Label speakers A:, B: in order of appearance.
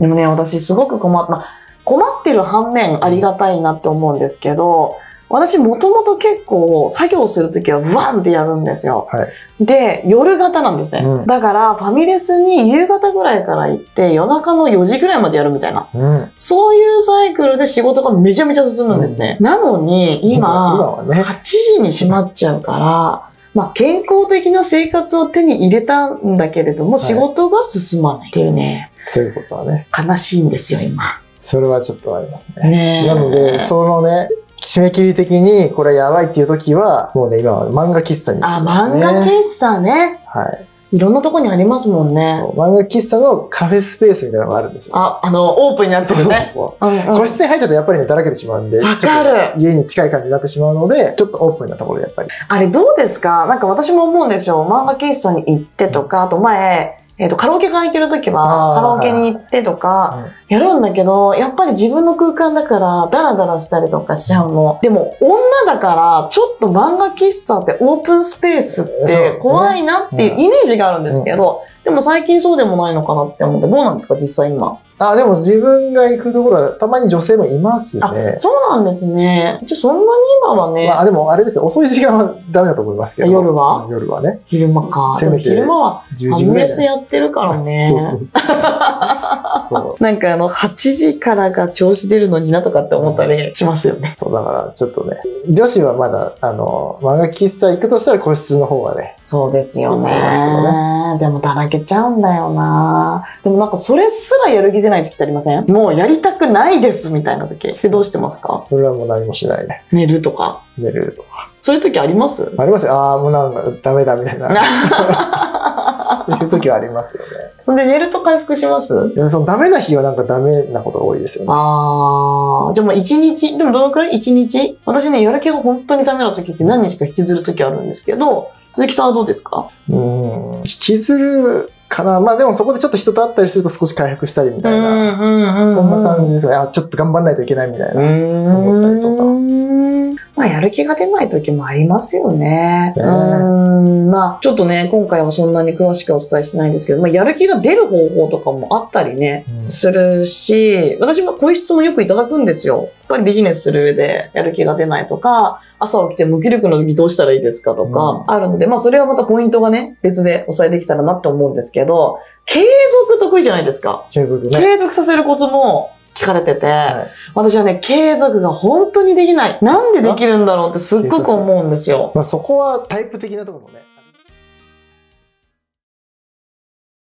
A: でもね、私すごく困っ、まあ、困ってる反面ありがたいなって思うんですけど、私もともと結構作業するときはワンってやるんですよ。
B: はい
A: で、夜型なんですね。
B: うん
A: だからファミレスに夕方ぐらいから行って夜中の4時ぐらいまでやるみたいな。
B: うん。
A: そういうサイクルで仕事がめちゃめちゃ進むんですね。なのに
B: 今
A: 今、
B: はね。
A: 8時に閉まっちゃうから、まあ健康的な生活を手に入れたんだけれども、
B: い
A: 仕事が進まないっていうね、
B: そういうことはね。
A: 悲しいんですよ、今。
B: それはちょっとありますね。
A: ねえ
B: なので、そのね、締め切り的にこれやばいっていう時は、もうね、今は漫画喫茶に行
A: あ、
B: きます
A: 漫
B: ね。
A: 画喫茶ね。
B: はい。
A: いろんなとこにありますもんね
B: そ。う、漫画喫茶のカフェスペースみたいなのがあるんですよ。
A: あ、あの、オープンになって
B: そう
A: る
B: そう
A: ね。
B: そう。
A: うんうん
B: 個室に入っちゃうとやっぱりね、だらけてしまうんで、
A: わかる
B: ちょっと家に近い感じになってしまうので、ちょっとオープンなところでやっぱり。
A: あれどうですかなんか私も思うんですよ。漫画喫茶に行ってとか、あと前、えっ、と、カラオケが空いてる時は
B: あ、ー
A: カラオケに行ってとか、やるんだけど、やっぱり自分の空間だから、ダラダラしたりとかしちゃうの。でも、女だから、ちょっと漫画喫茶ってオープンスペース
B: そう
A: っ
B: です
A: て
B: ね
A: 怖いなっていうイメージがあるんですけど、でも最近そうでもないのかなって思って、どうなんですか実際今。
B: あ、でも自分が行くところはたまに女性もいますね。
A: あ、そうなんですね。じゃあそんなに今はね、
B: まあでもあれですよ、遅い時間はダメだと思いますけど。
A: 夜は
B: 夜はね、
A: 昼間か。で
B: せ
A: も
B: めて
A: 昼間はフ
B: 10時
A: ァ
B: ぐ
A: ミ
B: ら
A: レ
B: いじゃ
A: ス
B: ない
A: やってるからね。
B: そうそうそう。そう。
A: なんかあの、8時からが調子出るのになとかって思ったりしますよね。
B: そう、だからちょっとね、女子はまだ、あの、漫画喫茶行くとしたら個室の方がね、
A: そうです
B: よね
A: でもだらけちゃうんだよなでもなんかそれすらやる気出ない時ってありませんもうやりたくないですみたいな時ってどうしてますか
B: それはもう何もしないね。
A: 寝るとか。
B: 寝るとか。
A: そういう時あります
B: ありますよ。ああ、もうなんかダメだみたいな、 いう時はありますよね。
A: それで寝ると回復します
B: でもそのダメな日はなんかダメなことが多いですよね。
A: あー。じゃあもう一日、でもどのくらい一日私ね、やる気が本当にダメな時って何日か引きずる時あるんですけど、鈴木さんはどうですか
B: うん。引きずるかな。まあでもそこでちょっと人と会ったりすると少し回復したりみたいな。
A: う
B: そんな感じですね。あ、ちょっと頑張んないといけないみたいな。思ったりとか
A: うーんまあ、やる気が出ない時もありますよね。
B: ね
A: うーんまあ、ちょっとね、今回はそんなに詳しくはお伝えしないんですけど、まあ、やる気が出る方法とかもあったりね、
B: うん
A: するし、私もこういう質問よくいただくんですよ。やっぱりビジネスする上でやる気が出ないとか、朝起きて無気力の時どうしたらいいですかとか、あるので、まあ、それはまたポイントがね、別でお伝えできたらなって思うんですけど、継続得意じゃないですか。
B: 継続ね。
A: 継続させるコツも聞かれてて、
B: はい
A: 私はね、継続が本当にできない。なんでできるんだろうってすっごく思うんですよ。
B: まあ、そこはタイプ的なところもね。